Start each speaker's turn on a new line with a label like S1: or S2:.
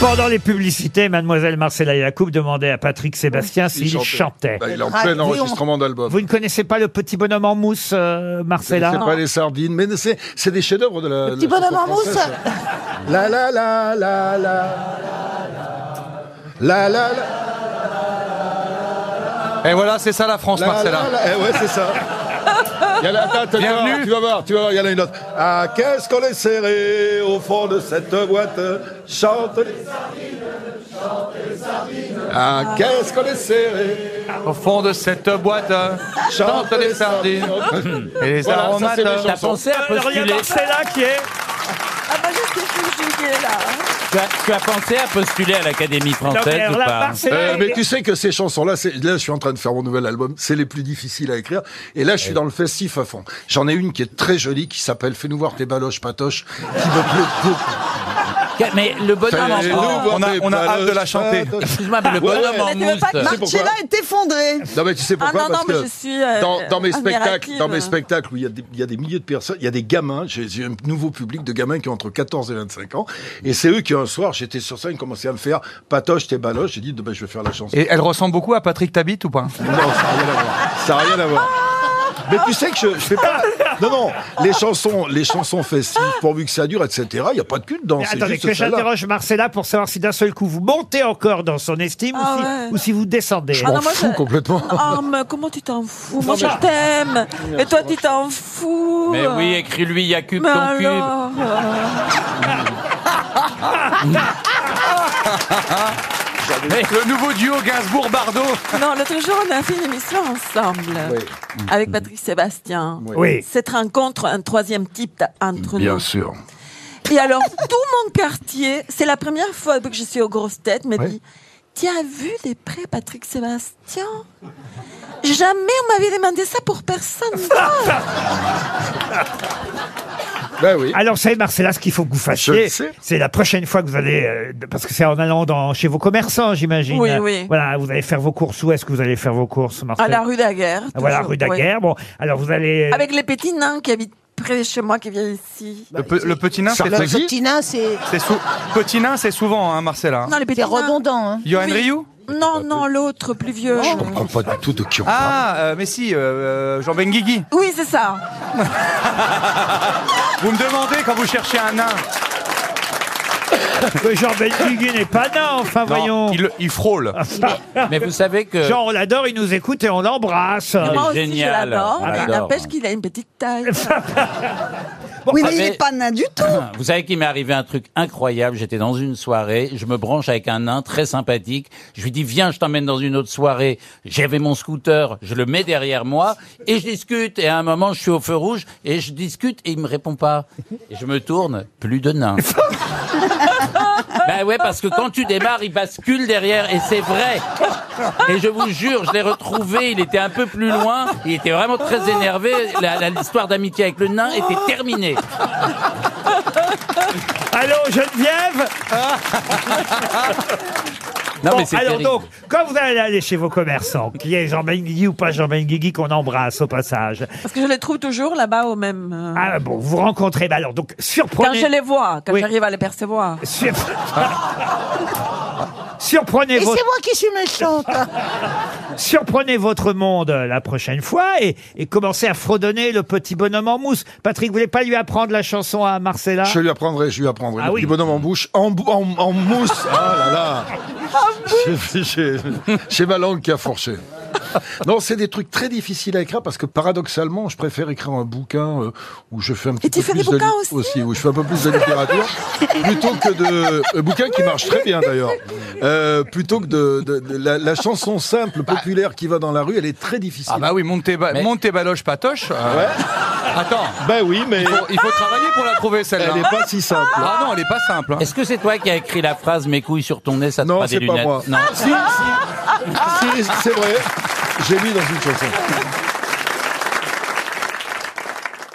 S1: Pendant les publicités, mademoiselle Marcella Yacoub demandait à Patrick Sébastien s'il chantait.
S2: Bah, il est en plein
S1: Radio.
S2: enregistrement d'album.
S1: Vous ne connaissez pas le petit bonhomme en mousse, euh,
S2: C'est
S1: Marcella
S3: hein
S2: pas les sardines, mais c'est c'est des chefs-d'œuvre de la.
S4: Petit
S2: de la chanson
S4: bonhomme en mousse
S2: française. La la la la la. La la la.
S3: Et voilà, c'est ça la France,
S2: la,
S3: Marcella.
S2: la, la. Eh ouais, c'est ça. Il y a la- attends, attends,
S3: Bienvenue.
S2: Tu vas voir, tu vas voir, il y en a une autre. Ah, qu'est-ce qu'on est serré au fond de cette boîte Chante les sardines, chante les sardines. Ah, qu'est-ce qu'on est serré
S3: Au fond de cette boîte, euh, chante les sardines. Et les
S2: Voilà, ça,
S3: aromates.
S2: c'est mes
S3: euh,
S2: chansons.
S3: t'as pensé-
S1: Alors, il y a Marcella qui est...
S4: Ah bah je sais plus qui est là. hein.
S5: Tu as, tu as pensé à postuler à l'Académie
S1: Non, mais
S5: française
S1: alors
S5: ou
S1: là,
S5: pas
S1: Marcella,
S2: Euh,
S1: elle-
S2: mais tu sais que ces chansons-là, c'est- là, je suis en train de faire mon nouvel album, c'est les plus difficiles à écrire. Et là, je suis dans le festif à fond. J'en ai une qui est très jolie, qui s'appelle Fais-nous voir tes baloches patoches, qui me plaît beaucoup.
S5: Mais le bonhomme en
S2: Fais-nous voir
S3: on a-
S2: tes
S3: on a hâte de la
S2: baloches
S3: chanter.
S2: patoches.
S5: Excuse-moi, mais le bonhomme
S2: Ouais.
S5: en
S4: Mais tu veux pas que
S5: mousse.
S4: Marcella
S2: pourquoi
S4: est effondrée
S2: Non mais tu sais pourquoi
S4: Ah non, non,
S2: Parce
S4: mais
S2: que
S4: je suis, euh,
S2: dans, dans mes
S4: admirative.
S2: spectacles, dans mes spectacles où il y, a des- il y a des milliers de personnes, il y a des gamins, j'ai j'ai un nouveau public de gamins qui ont entre 14 et 25 ans, et c'est eux qui un soir, j'étais sur scène, commençaient à me faire patoche tes baloches, j'ai dit ben, je vais faire la chanson.
S3: Et elle ressemble beaucoup à Patrick Tabit ou pas
S2: Non, ça n'a rien à voir. Ça n'a rien à voir. Mais tu sais que je, je fais pas. Non, non, les chansons, les chansons festives, pourvu que ça dure, etc., il n'y a pas de cul dedans.
S1: Mais
S2: c'est
S1: Attendez,
S2: juste
S1: que
S2: celle-là.
S1: j'interroge Marcella pour savoir si d'un seul coup vous montez encore dans son estime ou,
S4: Ah
S1: si,
S4: ouais.
S1: ou si vous descendez.
S4: Ah non, moi,
S2: fous
S4: je-
S2: complètement.
S4: Ah, mais comment tu t'en fous Moi
S1: Non, mais-
S4: je t'aime Et toi tu t'en fous
S5: Mais oui, écris-lui Yacoub
S4: Mais
S5: ton cube.
S4: alors euh,
S3: Le nouveau duo Gainsbourg-Bardot.
S4: Non, l'autre jour on a fait une émission ensemble
S2: Oui.
S4: avec Patrick Sébastien.
S1: Oui.
S4: Cette rencontre, un troisième type t- entre
S2: Bien
S4: nous.
S2: sûr.
S4: Et alors, tout mon quartier, c'est la première fois que je suis aux grosses têtes, mais dit Tu as vu les prêts, Patrick Sébastien Jamais on m'avait demandé ça pour personne.
S2: Ben oui.
S1: Alors, c'est Marcella, ce qu'il faut que vous
S2: Je
S1: fassiez,
S2: le sais.
S1: c'est la prochaine fois que vous allez, euh, parce que c'est en allant dans, chez vos commerçants, j'imagine.
S4: Oui, oui.
S1: Voilà, vous allez faire vos courses. Où est-ce que vous allez faire vos courses,
S4: à la
S1: Marcella
S4: rue Daguerre.
S1: Ah, Voilà,
S4: toujours,
S1: rue
S4: oui.
S1: Daguerre. Bon, alors vous allez. euh,
S4: Avec les petits nains qui habitent près de chez moi, qui viennent ici.
S3: Le, pe- le petit nain, c'est
S2: Sarkozy.
S3: c'est-
S6: Petit nain, c'est
S3: c'est sou- petit nain, c'est souvent, hein, Marcella.
S4: Non, les petits
S6: c'est
S4: nains.
S6: redondant. Hein.
S3: Johan
S4: Oui.
S3: Rioux
S4: Non, non, l'autre, plus vieux.
S2: Je comprends pas du tout de qui on parle.
S3: Ah, euh, mais si, euh, euh, Jean Benguigui.
S4: Oui, c'est ça.
S3: Vous me demandez quand vous cherchez un nain.
S1: Que Jean Benguigui n'est pas là, enfin, voyons.
S3: Non, il, il frôle.
S5: Mais vous savez que.
S1: Jean, on l'adore, il nous écoute et on l'embrasse.
S5: mais-
S4: Moi aussi, je
S5: génial.
S4: l'adore.
S5: Ah,
S4: mais
S5: j'adore.
S4: N'empêche qu'il a une petite taille.
S6: oui,
S5: mais-
S6: Ah, mais il n'est pas nain du tout.
S5: Vous savez qu'il m'est arrivé un truc incroyable. J'étais dans une soirée, je me branche avec un nain très sympathique. Je lui dis viens, je t'emmène dans une autre soirée. J'avais mon scooter, je le mets derrière moi et je discute. Et à un moment, je suis au feu rouge et je discute et il me répond pas. Et je me tourne, plus de nain. ben ouais, parce que quand tu démarres, il bascule derrière et c'est vrai. Et je vous jure, je l'ai retrouvé. Il était un peu plus loin. Il était vraiment très énervé. La- la- L'histoire d'amitié avec le nain était terminée.
S1: Allô, Geneviève
S5: Non,
S1: Bon,
S5: Ah, mais c'est
S1: alors
S5: terrible.
S1: donc, quand vous allez aller chez vos commerçants, qu'il y ait Jean Benguigui ou pas Jean Benguigui qu'on embrasse au passage,
S4: Parce que je les trouve toujours là-bas au même. euh,
S1: ah bon, vous rencontrez, bah alors donc,
S4: Quand
S1: surprenez...
S4: je les vois, quand
S1: Oui.
S4: j'arrive à les percevoir.
S1: Sur- surprenez,
S6: Et c'est
S1: votre,
S6: moi qui suis méchante.
S1: surprenez votre monde euh, la prochaine fois et, et commencez à fredonner le petit bonhomme en mousse. Patrick, vous voulez pas lui apprendre la chanson à Marcella
S3: Ah.
S2: Je lui apprendrai, je lui apprendrai.
S1: Ah
S2: le
S1: oui.
S2: petit bonhomme en bouche, en, bou- en, en mousse. Ah là là. J'ai- J'ai j'ai ma langue qui a fourché. Non, c'est des trucs très difficiles à écrire parce que paradoxalement, je préfère écrire un bouquin euh, où je fais un petit
S4: Et tu
S2: peu
S4: fais
S2: plus
S4: des
S2: de
S4: bouquins
S2: li-
S4: aussi
S2: où je fais un peu plus de littérature plutôt que de un bouquin qui marche très bien d'ailleurs. Euh, plutôt que de, de- de- la, la chanson simple populaire qui va dans la rue, elle est très difficile.
S3: Ah bah oui, monte tes, ba-
S5: Mais-
S3: monte tes baloches patoche. euh, Attends,
S2: Ben oui, mais
S3: il faut, il faut travailler pour la trouver
S2: elle n'est
S3: celle-là.
S2: pas si simple.
S3: Ah non, elle est pas simple. hein.
S5: Est-ce que c'est toi qui as écrit la phrase Mes couilles sur ton nez, ça te
S2: Non,
S5: fera des Ah.
S2: c'est pas Ah,
S5: lunettes
S2: moi.
S5: Non,
S2: Si, si. Si, c'est vrai. J'ai mis dans une chanson.